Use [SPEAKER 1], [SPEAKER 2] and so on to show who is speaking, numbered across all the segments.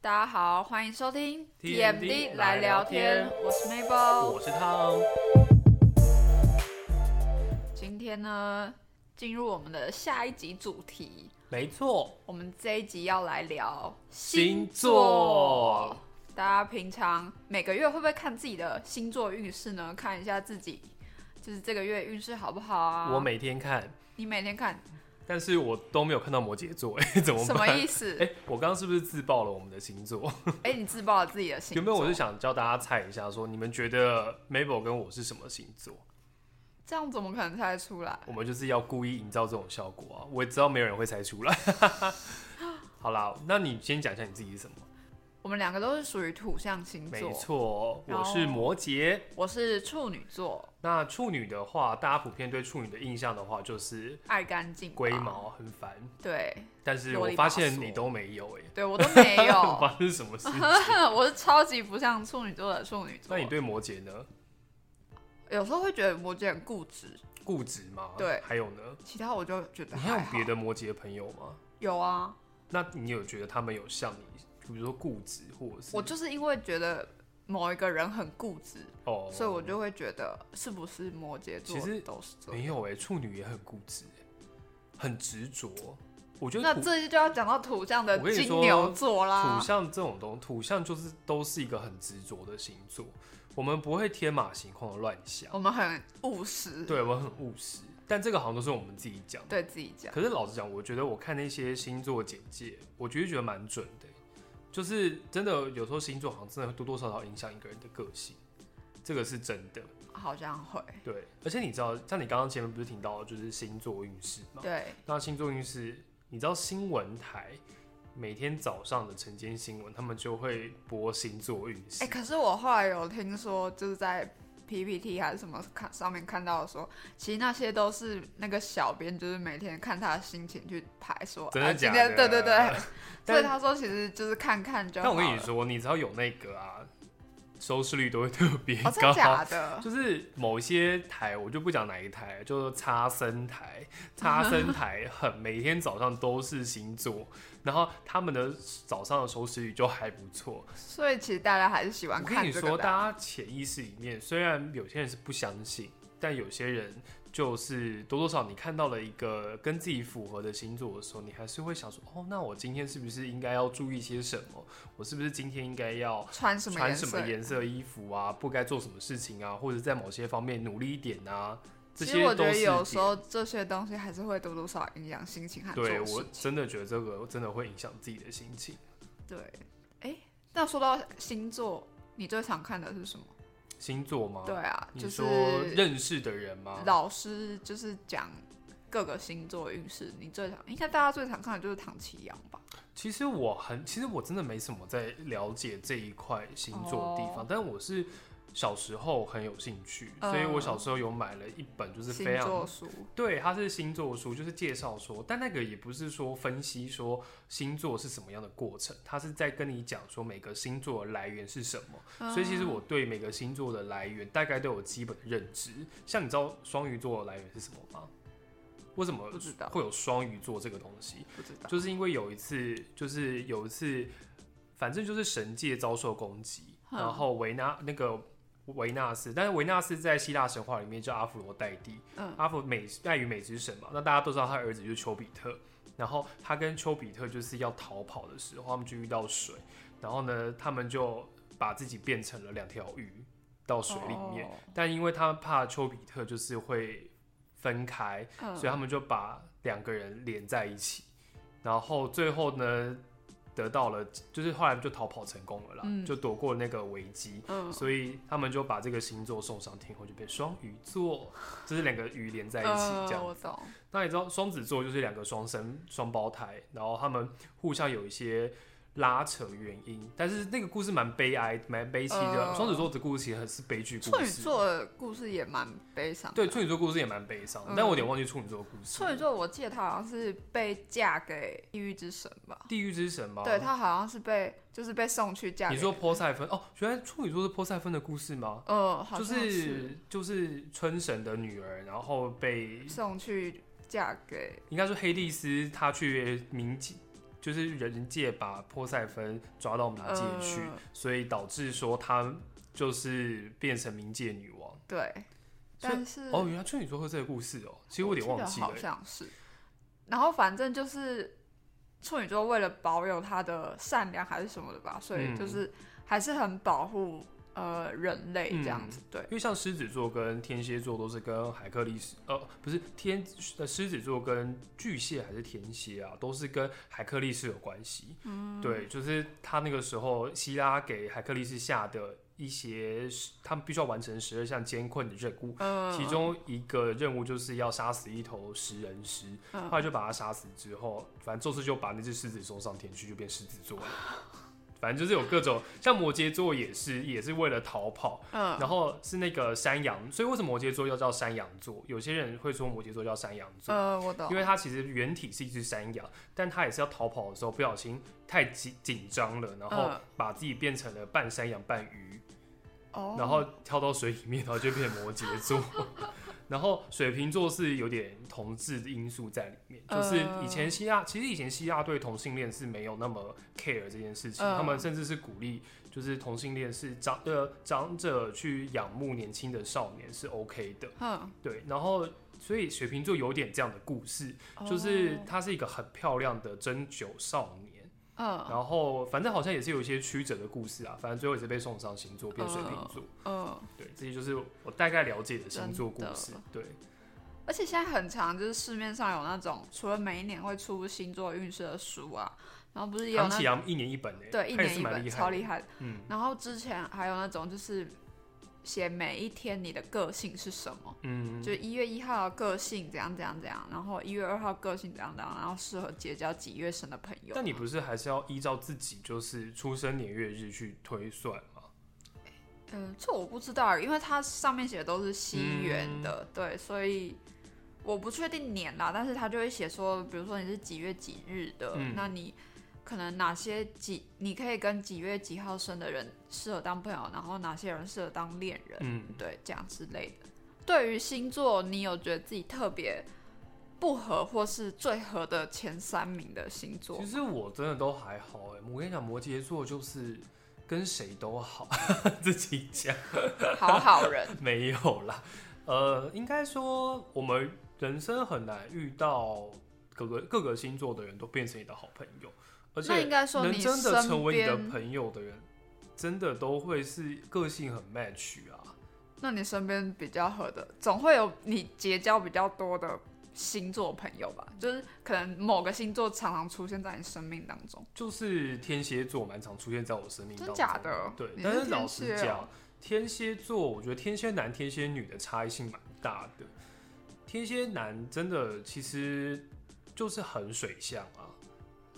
[SPEAKER 1] 大家好，欢迎收听
[SPEAKER 2] TMD 来聊天
[SPEAKER 1] 我是 Mabel。
[SPEAKER 2] 我是汤，
[SPEAKER 1] 今天呢，进入我们的下一集主题，
[SPEAKER 2] 没错，
[SPEAKER 1] 我们这一集要来聊
[SPEAKER 2] 星座。
[SPEAKER 1] 大家平常每个月会不会看自己的星座运势呢？看一下自己，就是这个月运势好不好啊？
[SPEAKER 2] 我每天看，
[SPEAKER 1] 你每天看
[SPEAKER 2] 但是我都没有看到摩羯座，哎，怎么办？
[SPEAKER 1] 什么意
[SPEAKER 2] 思？
[SPEAKER 1] 思？
[SPEAKER 2] 哎、我刚刚是不是自爆了我们的星座？
[SPEAKER 1] 哎、你自爆了自己的星座。
[SPEAKER 2] 原本我是想教大家猜一下，说你们觉得 Mabel 跟我是什么星座？
[SPEAKER 1] 这样，怎么可能猜得出来？
[SPEAKER 2] 我们就是要故意营造这种效果啊！我也知道没有人会猜出来。 好啦，那你先讲一下你自己是什么？
[SPEAKER 1] 我们两个都是属于土象星
[SPEAKER 2] 没
[SPEAKER 1] 座，
[SPEAKER 2] 错，我是
[SPEAKER 1] 哦
[SPEAKER 2] 摩羯。
[SPEAKER 1] 我是处女座，
[SPEAKER 2] 那处女的话，大家普遍对处女的印象的话，就是
[SPEAKER 1] 爱干净吧，
[SPEAKER 2] 龟毛、很烦，
[SPEAKER 1] 对
[SPEAKER 2] 但是
[SPEAKER 1] 啊啰
[SPEAKER 2] 我
[SPEAKER 1] 里
[SPEAKER 2] 发
[SPEAKER 1] 吧
[SPEAKER 2] 现
[SPEAKER 1] 嗦
[SPEAKER 2] 你都没有哎、
[SPEAKER 1] 对，我都没 有，
[SPEAKER 2] 发生什么事？
[SPEAKER 1] 我是超级不像处女座的处女座。
[SPEAKER 2] 那你对摩羯呢？
[SPEAKER 1] 有时候会觉得摩羯很固执，
[SPEAKER 2] 固执吗？
[SPEAKER 1] 对
[SPEAKER 2] 还有呢？
[SPEAKER 1] 其他我就觉得
[SPEAKER 2] 你
[SPEAKER 1] 还
[SPEAKER 2] 还有
[SPEAKER 1] 好。
[SPEAKER 2] 别的摩羯朋友吗？
[SPEAKER 1] 有啊，
[SPEAKER 2] 那你有觉得他们有像你，比如说固执，或者是
[SPEAKER 1] 我就是因为觉得某一个人很固执，
[SPEAKER 2] 哦，
[SPEAKER 1] 所以我就会觉得是不是摩羯座
[SPEAKER 2] 其实
[SPEAKER 1] 都是这样。
[SPEAKER 2] 没有哎、处女也很固执、欸，很执着。我觉得
[SPEAKER 1] 那
[SPEAKER 2] 土
[SPEAKER 1] 这就要讲到土象的
[SPEAKER 2] 我跟你
[SPEAKER 1] 金
[SPEAKER 2] 说
[SPEAKER 1] 牛座啦
[SPEAKER 2] 土。象这种东，土象就是都是一个很执着的星座，我们不会天马行空的乱想，
[SPEAKER 1] 我们很务实，
[SPEAKER 2] 对我们很务实，但这个好像都是我们自己讲。
[SPEAKER 1] 对自己讲，
[SPEAKER 2] 可是老实讲，我觉得我看那些星座简介，我觉得觉得蛮准的欸、就是真的有时候星座好像真的多多少少影响一个人的个性，这个是真的。
[SPEAKER 1] 好像会。
[SPEAKER 2] 对，而且你知道，像你刚刚前面不是听到就是星座运势吗？
[SPEAKER 1] 对，
[SPEAKER 2] 那星座运势，你知道新闻台每天早上的晨间新闻，他们就会播星座运势。
[SPEAKER 1] 哎、可是我后来有听说，就是在 PPT 还是什么看上面看到说，其实那些都是那个小编，就是每天看他的心情去排说，
[SPEAKER 2] 真的
[SPEAKER 1] 啊今
[SPEAKER 2] 假
[SPEAKER 1] 天
[SPEAKER 2] 的？
[SPEAKER 1] 对对 对，所以
[SPEAKER 2] 但
[SPEAKER 1] 他说其实就是看看就好了。
[SPEAKER 2] 但
[SPEAKER 1] 哦
[SPEAKER 2] 我跟你说，你只要有那个啊，收视率都会特别
[SPEAKER 1] 哦，真的
[SPEAKER 2] 高。啊
[SPEAKER 1] 假的？
[SPEAKER 2] 就是某一些台，我就不讲哪一台，就是差生台，差生台很每天早上都是星座，然后他们的早上的收视率就还不错。
[SPEAKER 1] 所以其实大家还是喜欢
[SPEAKER 2] 我跟
[SPEAKER 1] 看
[SPEAKER 2] 你
[SPEAKER 1] 这个
[SPEAKER 2] 说，
[SPEAKER 1] 的啊。
[SPEAKER 2] 大家潜意识里面，虽然有些人是不相信，但有些人就是多多少少你看到了一个跟自己符合的星座的时候，你还是会想说，哦，那我今天是不是应该要注意些什么？我是不是今天应该要
[SPEAKER 1] 穿什么
[SPEAKER 2] 穿
[SPEAKER 1] 颜
[SPEAKER 2] 什
[SPEAKER 1] 色？
[SPEAKER 2] 么颜色衣服啊，不该做什么事情啊，或者在某些方面努力一点啊，这
[SPEAKER 1] 其
[SPEAKER 2] 些
[SPEAKER 1] 实我觉
[SPEAKER 2] 都
[SPEAKER 1] 得
[SPEAKER 2] 是
[SPEAKER 1] 有
[SPEAKER 2] 点
[SPEAKER 1] 时候这些东西还是会多多少少影响心情和啊做
[SPEAKER 2] 对我
[SPEAKER 1] 事。
[SPEAKER 2] 真的觉得这个真的会影响自己的心情。
[SPEAKER 1] 对，哎、那说到星座，你最常看的是什么？
[SPEAKER 2] 星座吗？
[SPEAKER 1] 对，啊，
[SPEAKER 2] 哦你
[SPEAKER 1] 就是
[SPEAKER 2] 说认识的人吗？
[SPEAKER 1] 老师就是讲各个星座运势，你最常应该大家最常看的就是唐奇阳吧？
[SPEAKER 2] 其实我很，其实我真的没什么在了解这一块星座的地方，
[SPEAKER 1] 哦
[SPEAKER 2] 但我是小时候很有兴趣，所以我小时候有买了一本，就是
[SPEAKER 1] 嗯
[SPEAKER 2] 非
[SPEAKER 1] 星
[SPEAKER 2] 常
[SPEAKER 1] 座书，
[SPEAKER 2] 对，它是星座书，就是介绍说，但那个也不是说分析说星座是什么样的过程，它是在跟你讲说每个星座的来源是什么。
[SPEAKER 1] 哦
[SPEAKER 2] 所以其实我对每个星座的来源大概都有基本的认知。像你知道双鱼座的来源是什么吗？为什么
[SPEAKER 1] 不知道
[SPEAKER 2] 会有双鱼座这个东西？
[SPEAKER 1] 不知道，
[SPEAKER 2] 就是因为有一次，就是有一次，反正就是神界遭受攻击，
[SPEAKER 1] 嗯
[SPEAKER 2] 然后维纳那个维纳斯，但是维纳斯在希腊神话里面叫阿芙罗代蒂，
[SPEAKER 1] 嗯
[SPEAKER 2] 阿芙美爱与美之神嘛，那大家都知道他儿子就是丘比特，然后他跟丘比特就是要逃跑的时候，他们就遇到水，然后呢，他们就把自己变成了两条鱼到水里面，
[SPEAKER 1] 哦
[SPEAKER 2] 但因为他怕丘比特就是会分开，
[SPEAKER 1] 嗯
[SPEAKER 2] 所以他们就把两个人连在一起，然后最后呢得到了，就是后来就逃跑成功了啦，
[SPEAKER 1] 嗯
[SPEAKER 2] 就躲过那个危机，
[SPEAKER 1] 嗯
[SPEAKER 2] 所以他们就把这个星座送上天后，就变双鱼座，就是两个鱼连在一起
[SPEAKER 1] 呃
[SPEAKER 2] 这样。
[SPEAKER 1] 我懂，
[SPEAKER 2] 那你知道双子座就是两个双生双胞胎，然后他们互相有一些。拉扯原因，但是那个故事蛮悲哀、蛮悲戚的。
[SPEAKER 1] 呃
[SPEAKER 2] 双、子座的故事其实很是悲剧故
[SPEAKER 1] 处女
[SPEAKER 2] 事，
[SPEAKER 1] 座的故事也蛮悲伤的，
[SPEAKER 2] 对处女座故事也蛮悲伤、
[SPEAKER 1] 嗯
[SPEAKER 2] 但我有点忘记处女座的故事。
[SPEAKER 1] 处女座，我记得他好像是被嫁给地狱之神吧？
[SPEAKER 2] 地狱之神吗？
[SPEAKER 1] 对他好像是被，就是被送去嫁给。
[SPEAKER 2] 哦你说波塞芬哦，原来处女座是波塞芬的故事吗？
[SPEAKER 1] 呃，好
[SPEAKER 2] 就
[SPEAKER 1] 像
[SPEAKER 2] 是就是春神的女儿，然后被
[SPEAKER 1] 送去嫁给
[SPEAKER 2] 应该说黑蒂斯，她去冥界，就是人界把波塞芬抓到冥界去，
[SPEAKER 1] 呃
[SPEAKER 2] 所以导致说她就是变成冥界女王。
[SPEAKER 1] 对，
[SPEAKER 2] 所以
[SPEAKER 1] 但是
[SPEAKER 2] 哦，原来处女座会这个故事哦，其实
[SPEAKER 1] 我
[SPEAKER 2] 有点
[SPEAKER 1] 记
[SPEAKER 2] 忘
[SPEAKER 1] 得
[SPEAKER 2] 记了
[SPEAKER 1] 好。像是。然后反正就是处女座为了保有她的善良还是什么的吧，所以就
[SPEAKER 2] 嗯
[SPEAKER 1] 是还是很保护呃人类这样
[SPEAKER 2] 嗯
[SPEAKER 1] 子。对，
[SPEAKER 2] 因为像狮子座跟天蝎座都是跟海克力士，呃，不是天呃狮子座跟巨蟹还是天蝎啊，都是跟海克力士有关系。嗯，对，就是他那个时候希拉给海克力士下的一些事，他们必须要完成十二项艰困的任务，
[SPEAKER 1] 嗯、
[SPEAKER 2] 其中一个任务就是要杀死一头食人狮，
[SPEAKER 1] 嗯
[SPEAKER 2] 后来就把他杀死之后，反正宙斯就把那只狮子送上天去，就变狮子座了。反正就是有各种，像摩羯座也是，也是为了逃跑，
[SPEAKER 1] 嗯
[SPEAKER 2] 然后是那个山羊，所以为什么摩羯座要叫山羊座？有些人会说摩羯座叫山羊座，
[SPEAKER 1] 呃，我懂
[SPEAKER 2] 因。为它其实原体是一只山羊，但它也是要逃跑的时候不小心太紧紧张了，然后
[SPEAKER 1] 嗯
[SPEAKER 2] 把自己变成了半山羊半鱼，
[SPEAKER 1] 哦，
[SPEAKER 2] 然后跳到水里面，然后就变成摩羯 座。然后水瓶座是有点同志的因素在里面，
[SPEAKER 1] 嗯
[SPEAKER 2] 就是以前希腊，其实以前希腊对同性恋是没有那么 care 这件事情，
[SPEAKER 1] 嗯
[SPEAKER 2] 他们甚至是鼓励，就是同性恋是长呃长者去仰慕年轻的少年是 OK 的，
[SPEAKER 1] 嗯，
[SPEAKER 2] 对。然后所以水瓶座有点这样的故事，就是
[SPEAKER 1] 哦
[SPEAKER 2] 她是一个很漂亮的针灸少年。
[SPEAKER 1] 嗯
[SPEAKER 2] 然后反正好像也是有一些曲折的故事啊，反正最后也是被送上星座变水瓶座。
[SPEAKER 1] 嗯，
[SPEAKER 2] 对，这些就是我大概了解的星座故
[SPEAKER 1] 真的
[SPEAKER 2] 事。对，
[SPEAKER 1] 而且现在很常就是市面上有那种，除了每一年会出星座运势的书啊，然后不是也有
[SPEAKER 2] 唐
[SPEAKER 1] 那
[SPEAKER 2] 启阳一年一本诶、
[SPEAKER 1] 对一
[SPEAKER 2] 啊他也是
[SPEAKER 1] 年一
[SPEAKER 2] 蛮
[SPEAKER 1] 本，
[SPEAKER 2] 厉害，
[SPEAKER 1] 超厉。害的。
[SPEAKER 2] 嗯
[SPEAKER 1] 然后之前还有那种就是写每一天你的个性是什么，
[SPEAKER 2] 嗯，
[SPEAKER 1] 就一月一号个性怎样怎样怎样，然后一月二号个性怎样怎样，然后适合结交几月生的朋友。啊
[SPEAKER 2] 但你不是还是要依照自己就是出生年月日去推算吗？
[SPEAKER 1] 嗯，这我不知道，因为它上面写的都是西元
[SPEAKER 2] 嗯
[SPEAKER 1] 的，对，所以我不确定年啦，但是它就会写说，比如说你是几月几日的，
[SPEAKER 2] 嗯
[SPEAKER 1] 那你可能哪些几，你可以跟几月几号生的人适合当朋友，然后哪些人适合当恋人，
[SPEAKER 2] 嗯，
[SPEAKER 1] 对，这样之类的。对于星座，你有觉得自己特别不合或是最合的前三名的星座
[SPEAKER 2] 其？实我真的都还好诶、我跟你讲，摩羯座就是跟谁都好， 自己讲。
[SPEAKER 1] 好好 人，
[SPEAKER 2] 没有啦，呃，应该说我们人生很难遇到各个各个星座的人都变成你的好朋友，
[SPEAKER 1] 那
[SPEAKER 2] 而且
[SPEAKER 1] 应该说
[SPEAKER 2] 能
[SPEAKER 1] 你
[SPEAKER 2] 真的成
[SPEAKER 1] 身
[SPEAKER 2] 为你的
[SPEAKER 1] 边，
[SPEAKER 2] 朋友的人，真的都会是个性很 match 啊。
[SPEAKER 1] 那你身边比较合的，总会有你结交比较多的星座朋友吧？就是可能某个星座常常出现在你生命当中。
[SPEAKER 2] 就是天蝎座蛮常出现在我生命当中，
[SPEAKER 1] 真假的
[SPEAKER 2] 对，
[SPEAKER 1] 你是
[SPEAKER 2] 但是老实
[SPEAKER 1] 天蝎
[SPEAKER 2] 讲
[SPEAKER 1] 哦，
[SPEAKER 2] 天蝎座，我觉得天蝎男、天蝎女的差异性蛮大的。天蝎男真的其实就是很水象啊，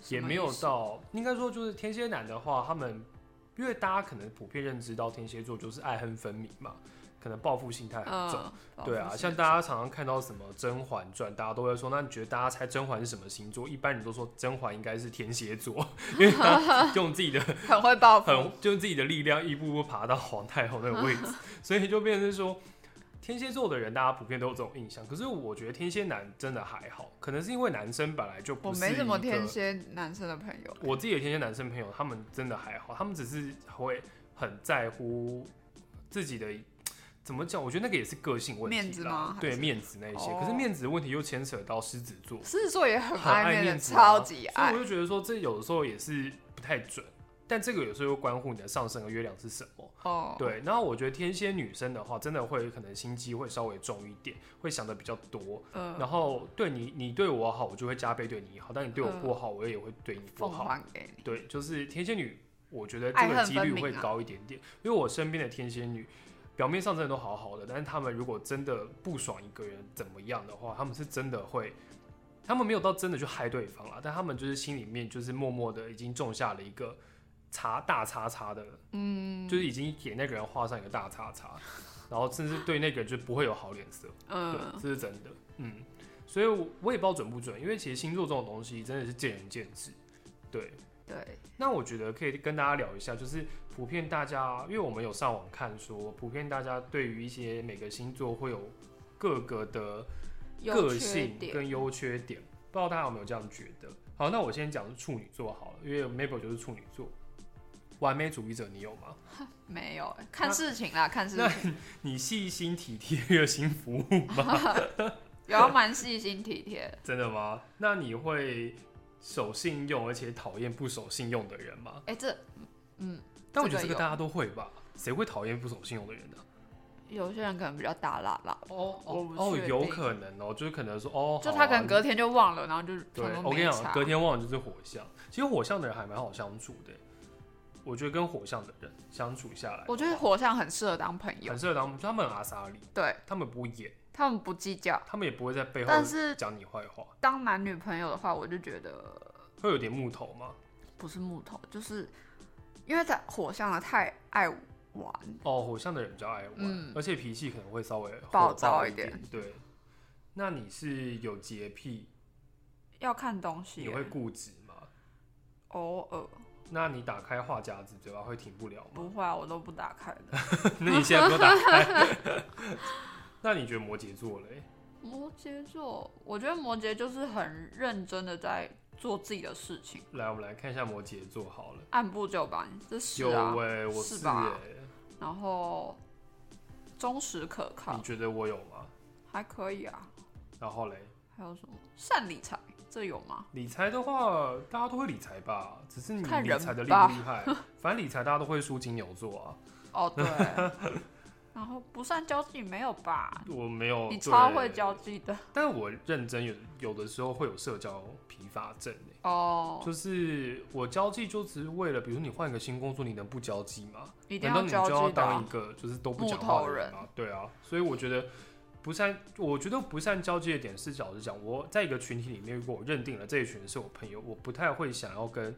[SPEAKER 2] 也没有
[SPEAKER 1] 什么意思
[SPEAKER 2] 到，应该说就是天蝎男的话，他们因为大家可能普遍认知到天蝎座就是爱恨分明嘛，可能报复心态很重。
[SPEAKER 1] 嗯，
[SPEAKER 2] 对啊，像大家常常看到什么《甄嬛传》，大家都会说，那你觉得大家猜甄嬛是什么星座？一般人都说甄嬛应该是天蝎座，因 为她用自己的
[SPEAKER 1] 家很会报复，
[SPEAKER 2] 很就是自己的力量一步步爬到皇太后那个 位置，所以就变成说，天蝎座的人大家普遍都有这种印象。可是我觉得天蝎男真的还好，可能是因为男生本来就
[SPEAKER 1] 我
[SPEAKER 2] 不是
[SPEAKER 1] 没什么
[SPEAKER 2] 一个
[SPEAKER 1] 天蝎男生的朋友。
[SPEAKER 2] 我自己的天蝎男生朋友，他们真的还好，他们只是会很在乎自己的怎么讲？我觉得那个也是个性问题啦，
[SPEAKER 1] 面子吗还
[SPEAKER 2] 对
[SPEAKER 1] 是
[SPEAKER 2] 面子那一些，
[SPEAKER 1] 哦
[SPEAKER 2] 可是面子的问题又牵扯到狮子座，
[SPEAKER 1] 狮子座也很
[SPEAKER 2] 很爱
[SPEAKER 1] 面
[SPEAKER 2] 面
[SPEAKER 1] 的，
[SPEAKER 2] 子啊
[SPEAKER 1] 超级
[SPEAKER 2] 所以
[SPEAKER 1] 爱
[SPEAKER 2] 我。就觉得说，这有的时候也是不太准，但这个有时候又关乎你的上升和月亮是什么。
[SPEAKER 1] 哦，，
[SPEAKER 2] 对，然后我觉得天蝎女生的话，真的会可能心机会稍微重一点，会想的比较多。
[SPEAKER 1] 呃，
[SPEAKER 2] 然后对你，你对我好，我就会加倍对你好；但你对我
[SPEAKER 1] 嗯
[SPEAKER 2] 不好，我也会对你不
[SPEAKER 1] 奉
[SPEAKER 2] 好。
[SPEAKER 1] 还给你。
[SPEAKER 2] 对，就是天蝎女，我觉得
[SPEAKER 1] 爱
[SPEAKER 2] 这个
[SPEAKER 1] 恨
[SPEAKER 2] 几
[SPEAKER 1] 分
[SPEAKER 2] 率
[SPEAKER 1] 明
[SPEAKER 2] 会
[SPEAKER 1] 啊
[SPEAKER 2] 高一点点，因为我身边的天蝎女，表面上真的都好好的，但是她们如果真的不爽一个人怎么样的话，她们是真的会，她们没有到真的去害对方啦，但她们就是心里面就是默默的已经种下了一个叉大叉叉的，嗯，就是已经给那个人画上一个大叉叉，然后甚至对那个人就不会有好脸色。对，
[SPEAKER 1] 嗯，
[SPEAKER 2] 这是真的。嗯，所以我我也不知道准不准，因为其实星座这种东西真的是见仁见智。对，
[SPEAKER 1] 对，
[SPEAKER 2] 那我觉得可以跟大家聊一下，就是普遍大家，因为我们有上网看说，普遍大家对于一些每个星座会有各个的
[SPEAKER 1] 优
[SPEAKER 2] 个
[SPEAKER 1] 缺
[SPEAKER 2] 性
[SPEAKER 1] 点
[SPEAKER 2] 跟优缺点，不知道大家有没有这样觉得？好，那我先讲处女座好了，因为 Mabel 就是处女座。完美主义者，你有吗？
[SPEAKER 1] 没有，看事情啦，看事
[SPEAKER 2] 那
[SPEAKER 1] 情，
[SPEAKER 2] 你细心、体贴、热心服务 吗？
[SPEAKER 1] 然后蛮细心体贴 的。
[SPEAKER 2] 真的吗？那你会守信用，而且讨厌不守信用的人吗？
[SPEAKER 1] 哎、这，嗯，
[SPEAKER 2] 但我觉得
[SPEAKER 1] 这
[SPEAKER 2] 这
[SPEAKER 1] 个
[SPEAKER 2] 个
[SPEAKER 1] 有
[SPEAKER 2] 大家都会吧，谁会讨厌不守信用的人呢、
[SPEAKER 1] 有些人可能比较大啦啦，
[SPEAKER 2] 哦
[SPEAKER 1] 我不
[SPEAKER 2] 哦，
[SPEAKER 1] 确
[SPEAKER 2] 有
[SPEAKER 1] 定
[SPEAKER 2] 可能哦，就是可能说哦，
[SPEAKER 1] 就
[SPEAKER 2] 好
[SPEAKER 1] 他
[SPEAKER 2] 啊
[SPEAKER 1] 可能隔天就忘了，然后就
[SPEAKER 2] 对
[SPEAKER 1] 全，都
[SPEAKER 2] 我跟你
[SPEAKER 1] 没
[SPEAKER 2] 讲，
[SPEAKER 1] 查
[SPEAKER 2] 隔。天忘了就是火象。其实火象的人还蛮好相处的，欸我觉得跟火象的人相处下来，
[SPEAKER 1] 我觉得火象很适合当朋友
[SPEAKER 2] 很，适合当他们很阿萨里，
[SPEAKER 1] 对
[SPEAKER 2] 他们不演，
[SPEAKER 1] 他们不计较。
[SPEAKER 2] 他们也不会在背后
[SPEAKER 1] 但是
[SPEAKER 2] 讲你坏话，
[SPEAKER 1] 当男女朋友的话，我就觉得
[SPEAKER 2] 会有点木头吗？
[SPEAKER 1] 不是木头，就是因为他火象的太爱玩，
[SPEAKER 2] 哦，火象的人比较爱玩，
[SPEAKER 1] 嗯
[SPEAKER 2] 而且脾气可能会稍微
[SPEAKER 1] 暴
[SPEAKER 2] 火
[SPEAKER 1] 躁
[SPEAKER 2] 一
[SPEAKER 1] 一点。
[SPEAKER 2] 对，那你是有洁癖，
[SPEAKER 1] 要看东西
[SPEAKER 2] 你
[SPEAKER 1] 耶，
[SPEAKER 2] 会固执吗？
[SPEAKER 1] 偶尔
[SPEAKER 2] 那你打开画夹子，嘴巴会停不了吗？
[SPEAKER 1] 不会啊，我都不打开的。
[SPEAKER 2] 那你现在不打开。那你觉得摩羯座嘞？
[SPEAKER 1] 摩羯座，我觉得摩羯就是很认真的在做自己的事情，
[SPEAKER 2] 来，我们来看一下摩羯座好了。
[SPEAKER 1] 按部就班，这是
[SPEAKER 2] 有
[SPEAKER 1] 啊，
[SPEAKER 2] 哎、我
[SPEAKER 1] 是
[SPEAKER 2] 哎、
[SPEAKER 1] 吧然后忠实可靠
[SPEAKER 2] 你，觉得我有吗？
[SPEAKER 1] 还可以啊。
[SPEAKER 2] 然后嘞，
[SPEAKER 1] 还有什么善理财，这有吗？
[SPEAKER 2] 理财的话，大家都会理财吧，只是你
[SPEAKER 1] 看
[SPEAKER 2] 理
[SPEAKER 1] 人
[SPEAKER 2] 财的厉
[SPEAKER 1] 吧
[SPEAKER 2] 不厉害。反正理财大家都会输金牛座啊，
[SPEAKER 1] 哦， 对。然后不善交际没有吧？
[SPEAKER 2] 我没有。
[SPEAKER 1] 你超
[SPEAKER 2] 哦对
[SPEAKER 1] 会交，际的
[SPEAKER 2] 但我认真有有的时候会有社交疲乏症哎、
[SPEAKER 1] 哦，
[SPEAKER 2] 就是我交际就只是为了，比如说你换一个新工作，你能不交际吗？
[SPEAKER 1] 一定
[SPEAKER 2] 难道
[SPEAKER 1] 要
[SPEAKER 2] 你就要
[SPEAKER 1] 际的
[SPEAKER 2] 当
[SPEAKER 1] 啊
[SPEAKER 2] 一。个就是都不
[SPEAKER 1] 木
[SPEAKER 2] 讲话
[SPEAKER 1] 头
[SPEAKER 2] 的人
[SPEAKER 1] 人
[SPEAKER 2] 吗？对啊，所以我觉得不善，我觉得不善交际的点是，老实讲，我在一个群体里面，如果我认定了这一群人是我朋友，我不太会想要跟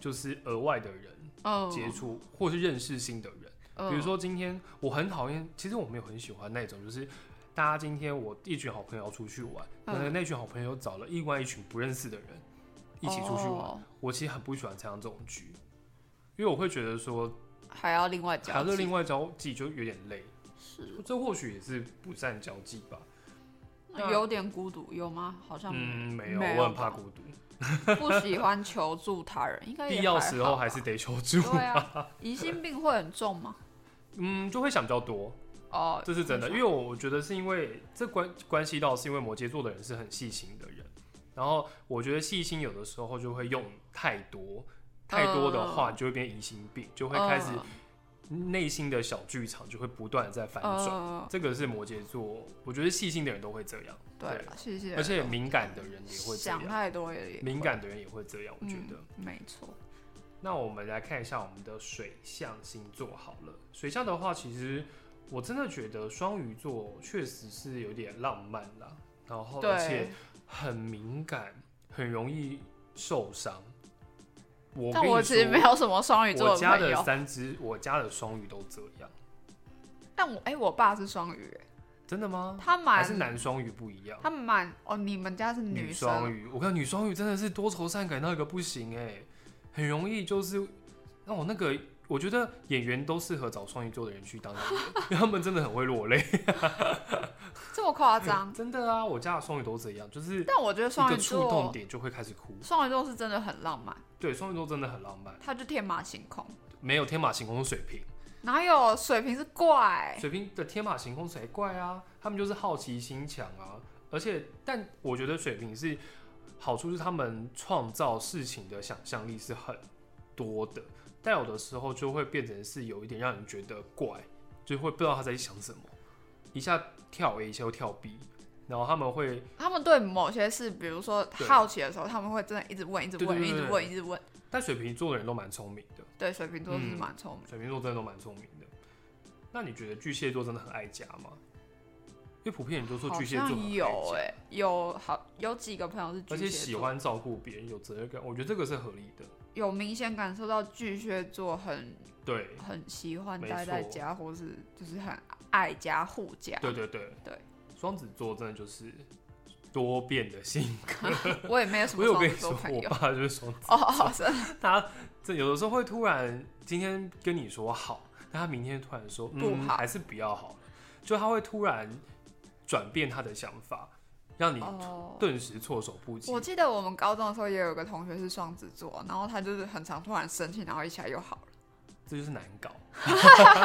[SPEAKER 2] 就是额外的人
[SPEAKER 1] 嗯，
[SPEAKER 2] 接触，或是认识新的人。
[SPEAKER 1] 嗯
[SPEAKER 2] 比如，说今天我很讨厌，其实我没有很喜欢那种，就是大家今天我一群好朋友要出去玩，可能
[SPEAKER 1] 嗯
[SPEAKER 2] 那群好朋友找了另外一群不认识的人一起出去玩，
[SPEAKER 1] 哦
[SPEAKER 2] 我其实很不喜欢参加这种局，因为我会觉得说
[SPEAKER 1] 还要另外交
[SPEAKER 2] 还是
[SPEAKER 1] 际
[SPEAKER 2] 另，外交际就有点累，
[SPEAKER 1] 是
[SPEAKER 2] 这或许也是不善交际吧。那
[SPEAKER 1] 有点孤独，有吗？好像
[SPEAKER 2] 嗯，没有，
[SPEAKER 1] 没有
[SPEAKER 2] 我很怕
[SPEAKER 1] 吧
[SPEAKER 2] 孤独，
[SPEAKER 1] 不喜欢求助他人， 应该也
[SPEAKER 2] 必要
[SPEAKER 1] 还
[SPEAKER 2] 时候
[SPEAKER 1] 好
[SPEAKER 2] 还
[SPEAKER 1] 吧
[SPEAKER 2] 是得求助。
[SPEAKER 1] 对啊。疑心病会很重吗？
[SPEAKER 2] 嗯，就会想比较多，
[SPEAKER 1] 哦，
[SPEAKER 2] 这是真的，因
[SPEAKER 1] 为
[SPEAKER 2] 为我觉得是因为这关关系到是因为摩羯座的人是很细心的人，然后我觉得细心有的时候就会用太多，太多的话
[SPEAKER 1] 嗯
[SPEAKER 2] 就会变疑心病，就会开
[SPEAKER 1] 呃
[SPEAKER 2] 始内心的小剧场就会不断的在反转。
[SPEAKER 1] 嗯，
[SPEAKER 2] 这个是摩羯座，我觉得细心的人都会这样，
[SPEAKER 1] 对
[SPEAKER 2] 对
[SPEAKER 1] 了，谢谢。
[SPEAKER 2] 而且敏感的人也会这样
[SPEAKER 1] 想。太多也
[SPEAKER 2] 敏，感的人也会这样，我
[SPEAKER 1] 嗯
[SPEAKER 2] 觉得。
[SPEAKER 1] 没错。
[SPEAKER 2] 那我们来看一下我们的水象星座好了。水象的话，其实我真的觉得双鱼座确实是有点浪漫啦，然后哦而且
[SPEAKER 1] 对，
[SPEAKER 2] 很敏感，很容易受伤。我
[SPEAKER 1] 但
[SPEAKER 2] 跟你
[SPEAKER 1] 我其实
[SPEAKER 2] 说
[SPEAKER 1] 没有什么双鱼
[SPEAKER 2] 我
[SPEAKER 1] 座
[SPEAKER 2] 家
[SPEAKER 1] 朋
[SPEAKER 2] 的
[SPEAKER 1] 友，
[SPEAKER 2] 三只，我家的双鱼都这样，
[SPEAKER 1] 但我哎，我爸是双鱼，哎
[SPEAKER 2] 真的吗？
[SPEAKER 1] 他
[SPEAKER 2] 还
[SPEAKER 1] 蛮
[SPEAKER 2] 是男双鱼不一样？
[SPEAKER 1] 他蛮哦，你们家是
[SPEAKER 2] 女双
[SPEAKER 1] 生，
[SPEAKER 2] 鱼，我看女双鱼真的是多愁善感到一个不行哎、很容易就是让我那个，我觉得演员都适合找双鱼座的人去当演员， 因为他们真的很会落泪，
[SPEAKER 1] 这么夸张？
[SPEAKER 2] 真的啊，我家的双鱼都这样，就是嗯一
[SPEAKER 1] 但我觉得双
[SPEAKER 2] 个
[SPEAKER 1] 鱼
[SPEAKER 2] 触动
[SPEAKER 1] 座，
[SPEAKER 2] 点就会开始哭。
[SPEAKER 1] 双鱼座是真的很浪漫，
[SPEAKER 2] 对，双鱼座真的很浪漫，
[SPEAKER 1] 他就天马行空，
[SPEAKER 2] 没有天马行空的水瓶，
[SPEAKER 1] 哪有水瓶是怪？
[SPEAKER 2] 水瓶的天马行空才怪啊，他们就是好奇心强啊，而且但我觉得水瓶是好处是他们创造事情的想象力是很多的，但有的时候就会变成是有一点让人觉得怪，就会不知道他在想什么，一下跳 A，一下又跳 B，然后他们会
[SPEAKER 1] 他们对某些事，比如说
[SPEAKER 2] 对
[SPEAKER 1] 好奇的时候，他们会真的一直问，一直
[SPEAKER 2] 对
[SPEAKER 1] 问，
[SPEAKER 2] 对
[SPEAKER 1] 一
[SPEAKER 2] 对
[SPEAKER 1] 直问，一直问。
[SPEAKER 2] 但水瓶座的人都蛮聪明的，
[SPEAKER 1] 对，水瓶座是
[SPEAKER 2] 嗯
[SPEAKER 1] 蛮聪明。
[SPEAKER 2] 水瓶座真的都蛮聪明的。那你觉得巨蟹座真的很爱家吗？因为普遍人都说
[SPEAKER 1] 好
[SPEAKER 2] 巨蟹座
[SPEAKER 1] 像
[SPEAKER 2] 很爱
[SPEAKER 1] 有
[SPEAKER 2] 家
[SPEAKER 1] 哎、有好有几个朋友是巨蟹座，
[SPEAKER 2] 而且喜欢照顾别人，有责任感，我觉得这个是合理的。
[SPEAKER 1] 有明显感受到巨蟹座很
[SPEAKER 2] 对，
[SPEAKER 1] 很喜欢
[SPEAKER 2] 没
[SPEAKER 1] 待在
[SPEAKER 2] 错
[SPEAKER 1] 家，或是就是很爱家护家。
[SPEAKER 2] 对对对
[SPEAKER 1] 对，
[SPEAKER 2] 双子座真的就是多变的性 格。
[SPEAKER 1] 我也没有什
[SPEAKER 2] 我
[SPEAKER 1] 么双
[SPEAKER 2] 有跟
[SPEAKER 1] 子
[SPEAKER 2] 你说
[SPEAKER 1] 座，朋
[SPEAKER 2] 我
[SPEAKER 1] 友。
[SPEAKER 2] 爸就是双子，
[SPEAKER 1] 哦哦， 是
[SPEAKER 2] 他这有的时候会突然今天跟你说好，但他明天突然说
[SPEAKER 1] 不
[SPEAKER 2] 嗯
[SPEAKER 1] 好
[SPEAKER 2] 还是比较好了，就他会突然转变他的想法。让你
[SPEAKER 1] 哦，
[SPEAKER 2] 顿时措手不及
[SPEAKER 1] 我。记得我们高中的时候也有个同学是双子座，然后他就是很常突然生气，然后一下又好了。
[SPEAKER 2] 这就是难搞。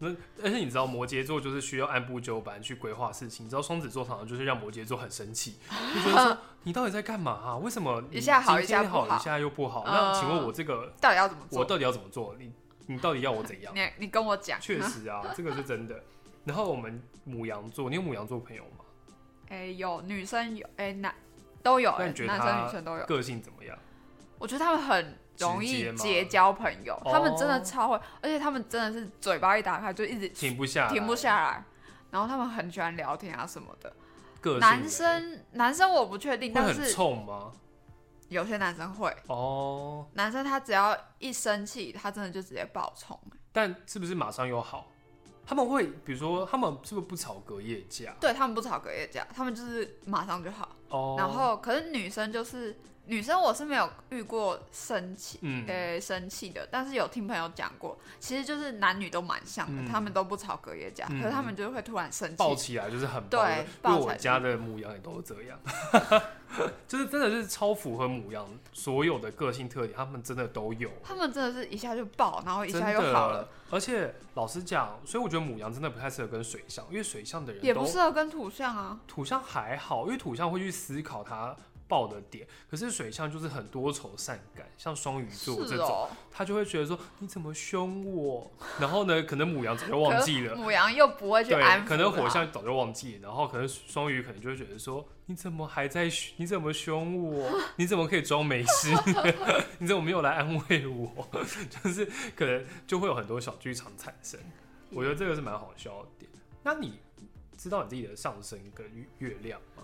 [SPEAKER 2] 那而且你知道摩羯座就是需要按部就班去规划事情，你知道双子座常常就是让摩羯座很生气，就觉 得说你到底在干嘛啊？为什么你
[SPEAKER 1] 一下好
[SPEAKER 2] 今天
[SPEAKER 1] 一下不好
[SPEAKER 2] 一下又不好？
[SPEAKER 1] 嗯
[SPEAKER 2] 那请问我这个
[SPEAKER 1] 到底要怎么
[SPEAKER 2] 我
[SPEAKER 1] 做？
[SPEAKER 2] 到底要怎么做？你你到底要我怎样？
[SPEAKER 1] 你你跟我讲。
[SPEAKER 2] 确实啊，这个是真的。然后我们母羊座，你有母羊座朋友吗？
[SPEAKER 1] 哎、有女生有，哎、男都有、
[SPEAKER 2] 那
[SPEAKER 1] 哎
[SPEAKER 2] 你觉得
[SPEAKER 1] 男
[SPEAKER 2] 他
[SPEAKER 1] 生女生都有。
[SPEAKER 2] 个性怎么样？
[SPEAKER 1] 我觉得他们很容
[SPEAKER 2] 直接
[SPEAKER 1] 易
[SPEAKER 2] 吗
[SPEAKER 1] 结交朋友，
[SPEAKER 2] 哦
[SPEAKER 1] 他们真的超会，而且他们真的是嘴巴一打开就一直
[SPEAKER 2] 停不下来，
[SPEAKER 1] 停不下来，然后他们很喜欢聊天啊什么的。
[SPEAKER 2] 个性
[SPEAKER 1] 男
[SPEAKER 2] 嘞
[SPEAKER 1] 生男生我不确定，
[SPEAKER 2] 会
[SPEAKER 1] 但
[SPEAKER 2] 很
[SPEAKER 1] 是
[SPEAKER 2] 冲吗？
[SPEAKER 1] 有些男生会，
[SPEAKER 2] 哦，
[SPEAKER 1] 男生他只要一生气，他真的就直接爆冲。
[SPEAKER 2] 但是不是马上又好？他们会，比如说，他们是不是不吵隔夜架？
[SPEAKER 1] 对他们不吵隔夜架，他们就是马上就好。
[SPEAKER 2] 哦，
[SPEAKER 1] 然，后可是女生就是女生，我是没有遇过生气，
[SPEAKER 2] 嗯
[SPEAKER 1] 呃、生气的，但是有听朋友讲过，其实就是男女都蛮像的，
[SPEAKER 2] 嗯
[SPEAKER 1] 他们都不吵隔夜架，
[SPEAKER 2] 嗯
[SPEAKER 1] 可是他们就会突然生
[SPEAKER 2] 抱
[SPEAKER 1] 气。
[SPEAKER 2] 起来就是很
[SPEAKER 1] 对
[SPEAKER 2] 暴的因
[SPEAKER 1] 抱
[SPEAKER 2] 为
[SPEAKER 1] 起
[SPEAKER 2] 我
[SPEAKER 1] 来
[SPEAKER 2] 家的母羊也都是这样， 就是真的是超符合母羊所有的个性特点，他们真的都有，
[SPEAKER 1] 他们真的是一下就爆， 然后一
[SPEAKER 2] 真
[SPEAKER 1] 下又好
[SPEAKER 2] 的
[SPEAKER 1] 了，。
[SPEAKER 2] 而且老实讲，所以我觉得母羊真的不太适合跟水象，因为水象的人
[SPEAKER 1] 也
[SPEAKER 2] 都
[SPEAKER 1] 不适合跟土象啊。
[SPEAKER 2] 土象还好，因为土象会去思考他爆的点，可是水象就是很多愁善感，像双鱼
[SPEAKER 1] 是
[SPEAKER 2] 座这种。
[SPEAKER 1] 哦，
[SPEAKER 2] 他就会觉得说你怎么凶我？ 然后呢，可能母羊早就忘记了，
[SPEAKER 1] 母羊又不会去安
[SPEAKER 2] 对，
[SPEAKER 1] 抚，啊
[SPEAKER 2] 可能火。象早就忘记了，然后可能双鱼可能就会觉得说你怎么还在凶，你怎么凶我？ 你怎么可以装没事？ 你怎么没有来安慰我？ 就是可能就会有很多小剧场产生。我觉得这个是蛮好笑的点。那你知道你自己的上升跟月亮吗？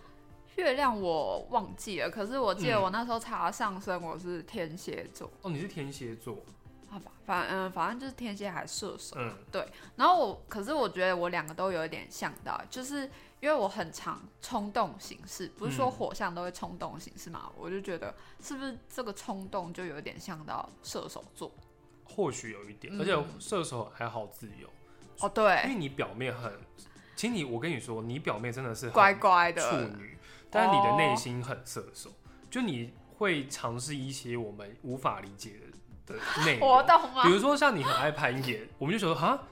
[SPEAKER 1] 月亮我忘记了，可是我记得
[SPEAKER 2] 嗯
[SPEAKER 1] 我那时候查上升我是天蝎座，
[SPEAKER 2] 哦，你是天蝎座，
[SPEAKER 1] 好吧，反嗯、反正就是天蝎还射手。
[SPEAKER 2] 嗯，
[SPEAKER 1] 然后我，可是我觉得我两个都有一点像到，就是因为我很常冲动行事，不是说
[SPEAKER 2] 嗯
[SPEAKER 1] 火象都会冲动行事嘛，我就觉得是不是这个冲动就有点像到射手座？
[SPEAKER 2] 或许有一点，
[SPEAKER 1] 嗯
[SPEAKER 2] 而且射手还好自由。
[SPEAKER 1] 哦，
[SPEAKER 2] 因
[SPEAKER 1] 对，
[SPEAKER 2] 为你表面很，其实你我跟你说，你表面真的是很
[SPEAKER 1] 乖乖
[SPEAKER 2] 处
[SPEAKER 1] 的，哦
[SPEAKER 2] 女，但你的内心很射手，就你会尝试一些我们无法理解的的内
[SPEAKER 1] 我
[SPEAKER 2] 容，
[SPEAKER 1] 懂啊吗？
[SPEAKER 2] 比如说像你很爱攀岩，我们就觉得哈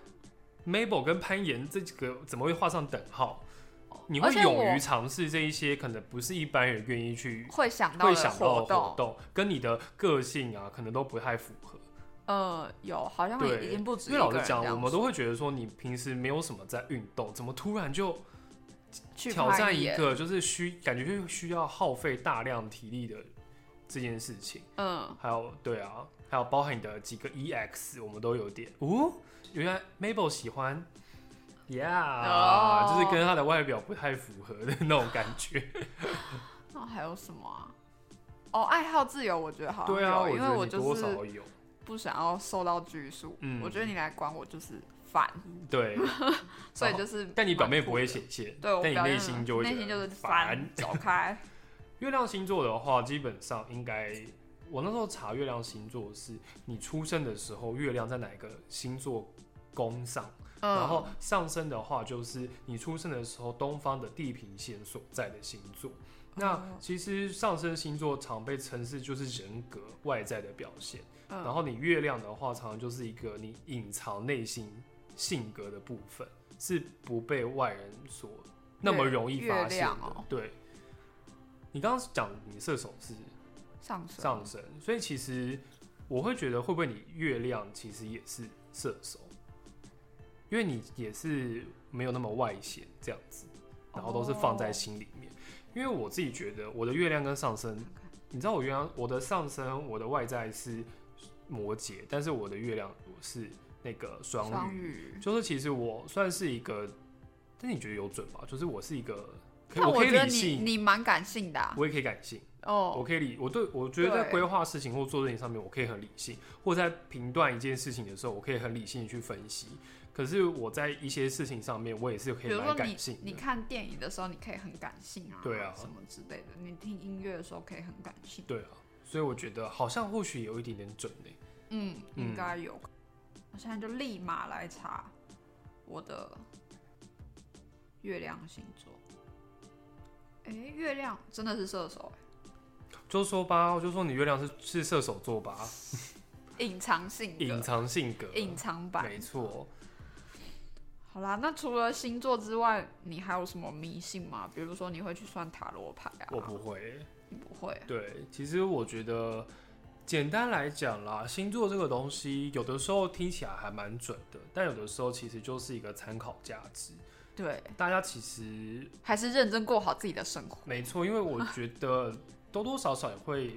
[SPEAKER 2] Mabel 跟攀岩这几个怎么会画上等号？你
[SPEAKER 1] 哦
[SPEAKER 2] 会
[SPEAKER 1] 而且
[SPEAKER 2] 勇于
[SPEAKER 1] 我
[SPEAKER 2] 尝试这一些可能不是一般人愿意去
[SPEAKER 1] 会想到
[SPEAKER 2] 会
[SPEAKER 1] 的
[SPEAKER 2] 想到
[SPEAKER 1] 活
[SPEAKER 2] 的活
[SPEAKER 1] 动，
[SPEAKER 2] 动，跟你的个性啊，可能都不太符合。
[SPEAKER 1] 呃，有好像
[SPEAKER 2] 对，
[SPEAKER 1] 已经不止
[SPEAKER 2] 因
[SPEAKER 1] 一
[SPEAKER 2] 为
[SPEAKER 1] 个
[SPEAKER 2] 老
[SPEAKER 1] 人
[SPEAKER 2] 实
[SPEAKER 1] 这
[SPEAKER 2] 讲，
[SPEAKER 1] 样
[SPEAKER 2] 我们都会觉得说，你平时没有什么在运动，怎么突然就
[SPEAKER 1] 去
[SPEAKER 2] 挑
[SPEAKER 1] 攀
[SPEAKER 2] 战一
[SPEAKER 1] 岩
[SPEAKER 2] 个就是需感觉就是需要耗费大量体力的这件事情？
[SPEAKER 1] 嗯，
[SPEAKER 2] 还有对啊，还有包含你的几个 EX，我们都有点哦，原来 Mabel 喜欢。Yeah，、
[SPEAKER 1] 哦
[SPEAKER 2] 就是跟她的外表不太符合的那种感觉。
[SPEAKER 1] 那还有什么啊？哦，爱好自由，我觉得好像
[SPEAKER 2] 对啊，
[SPEAKER 1] 哦有，因为
[SPEAKER 2] 觉得
[SPEAKER 1] 我
[SPEAKER 2] 你多
[SPEAKER 1] 就
[SPEAKER 2] 少
[SPEAKER 1] 是
[SPEAKER 2] 有。
[SPEAKER 1] 不想要受到拘束，
[SPEAKER 2] 嗯
[SPEAKER 1] 我觉得你来管我就是烦。
[SPEAKER 2] 对，
[SPEAKER 1] 所以就是，
[SPEAKER 2] 但你表面不会，显现，
[SPEAKER 1] 对我
[SPEAKER 2] 但你
[SPEAKER 1] 表
[SPEAKER 2] 内
[SPEAKER 1] 面
[SPEAKER 2] 心就会
[SPEAKER 1] 内
[SPEAKER 2] 觉
[SPEAKER 1] 心
[SPEAKER 2] 得
[SPEAKER 1] 就是
[SPEAKER 2] 烦，
[SPEAKER 1] 烦，走开。
[SPEAKER 2] 月亮星座的话，基本上应该，我那时候查月亮星座是你出生的时候，月亮在哪一个星座宫上，
[SPEAKER 1] 嗯，
[SPEAKER 2] 然后上升的话就是你出生的时候东方的地平线所在的星座。那
[SPEAKER 1] 哦
[SPEAKER 2] 其实上升星座常被称是就是人格外在的表现，
[SPEAKER 1] 嗯
[SPEAKER 2] 然后你月亮的话，常常就是一个你隐藏内心性格的部分，是不被外人所那么容易发
[SPEAKER 1] 月
[SPEAKER 2] 现的
[SPEAKER 1] 亮。哦
[SPEAKER 2] 对，你刚刚讲你射手是
[SPEAKER 1] 上升
[SPEAKER 2] 上升，所以其实我会觉得会不会你月亮其实也是射手，因为你也是没有那么外显这样子，然后都是放在心里面。因为我自己觉得我的月亮跟上升
[SPEAKER 1] 看看
[SPEAKER 2] 你知道我原来我的上升，我的外在是摩羯，但是我的月亮我是那个双
[SPEAKER 1] 双
[SPEAKER 2] 鱼，
[SPEAKER 1] 鱼，
[SPEAKER 2] 就是其实我算是一个，但你觉得有准吧？就是我是一个，可以
[SPEAKER 1] 但
[SPEAKER 2] 可以
[SPEAKER 1] 觉得
[SPEAKER 2] 理
[SPEAKER 1] 你
[SPEAKER 2] 性，
[SPEAKER 1] 你蛮感性的啊
[SPEAKER 2] 我也可以感性，我
[SPEAKER 1] 哦，
[SPEAKER 2] 可以理，我对我觉得在
[SPEAKER 1] 对
[SPEAKER 2] 规划事情或做事情上面，我可以很理性，或者在评断一件事情的时候，我可以很理性地去分析。可是我在一些事情上面，我也是可
[SPEAKER 1] 比
[SPEAKER 2] 以
[SPEAKER 1] 如说
[SPEAKER 2] 蛮
[SPEAKER 1] 你
[SPEAKER 2] 感性
[SPEAKER 1] 你
[SPEAKER 2] 的。
[SPEAKER 1] 看电影的时候，你可以很感性啊，
[SPEAKER 2] 对啊
[SPEAKER 1] 什么之类的。你听音乐的时候可以很感性，
[SPEAKER 2] 对啊，所以我觉得好像或许有一点点准呢、
[SPEAKER 1] 嗯，
[SPEAKER 2] 嗯
[SPEAKER 1] 应该有。我现在就立马来查我的月亮星座。哎、月亮真的是射手，
[SPEAKER 2] 就说吧，我就说你月亮是是射手座吧，
[SPEAKER 1] 欸隐藏性格，
[SPEAKER 2] 隐藏性格，
[SPEAKER 1] 隐藏版。
[SPEAKER 2] 没错。
[SPEAKER 1] 好啦，那除了星座之外，你还有什么迷信吗？比如说你会去算塔罗牌啊？
[SPEAKER 2] 我不会。
[SPEAKER 1] 你不会。
[SPEAKER 2] 对，其实我觉得简单来讲啦，星座这个东西有的时候听起来还蛮准的，但有的时候其实就是一个参考价值。
[SPEAKER 1] 对，
[SPEAKER 2] 大家其实
[SPEAKER 1] 还是认真过好自己的生活。
[SPEAKER 2] 没错，因为我觉得多多少少也会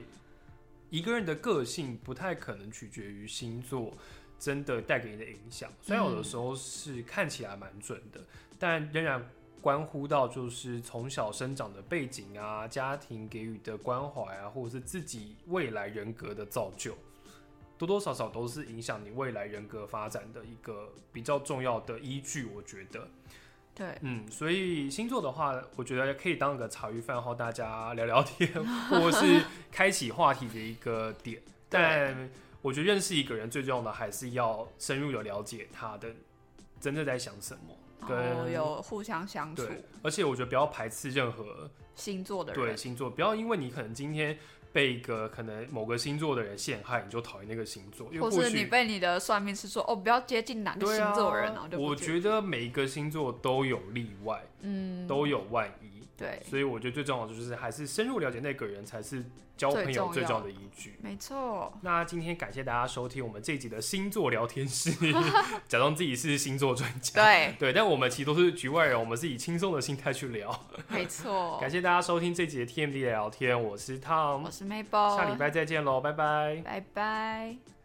[SPEAKER 2] 一个人的个性不太可能取决于星座真的带给你的影响，虽然有的时候是看起来蛮准的，但仍然关乎到就是从小生长的背景啊、家庭给予的关怀啊，或者是自己未来人格的造就。多多少少都是影响你未来人格发展的一个比较重要的依据，我觉得。
[SPEAKER 1] 对，
[SPEAKER 2] 嗯，所以星座的话，我觉得可以当个茶余饭后大家聊聊天， 或者是开启话题的一个点。但我觉得认识一个人最重要的还是要深入的了解他的真正在想什么，跟、
[SPEAKER 1] 然后有互相相处，
[SPEAKER 2] 对，而且我觉得不要排斥任何
[SPEAKER 1] 星座的
[SPEAKER 2] 对
[SPEAKER 1] 人，
[SPEAKER 2] 星座，不要因为你可能今天被一个可能某个星座的人陷害，你就讨厌那个星座，因为
[SPEAKER 1] 或
[SPEAKER 2] 或
[SPEAKER 1] 是你
[SPEAKER 2] 许。
[SPEAKER 1] 被你的算命师说哦，不要接近男
[SPEAKER 2] 对
[SPEAKER 1] 星
[SPEAKER 2] 啊
[SPEAKER 1] 座的人哦，就不
[SPEAKER 2] 我
[SPEAKER 1] 接
[SPEAKER 2] 觉得每一个星座都有例外，
[SPEAKER 1] 嗯，
[SPEAKER 2] 都有万一。
[SPEAKER 1] 对，
[SPEAKER 2] 所以我觉得最重要的就是还是深入了解那个人才是交朋友最重要的依据。
[SPEAKER 1] 没 错。
[SPEAKER 2] 那今天感谢大家收听我们这一集的星座聊天 室，假装自己是星座专家。
[SPEAKER 1] 对，
[SPEAKER 2] 对，但我们其实都是局外人，我们是以轻松的心态去聊。
[SPEAKER 1] 没错
[SPEAKER 2] 感。谢大家收听这集的 TMD 哦的聊天，我是
[SPEAKER 1] 我
[SPEAKER 2] Tom，
[SPEAKER 1] 是 Mabel，
[SPEAKER 2] 下礼拜再见喽，拜拜。
[SPEAKER 1] 拜拜。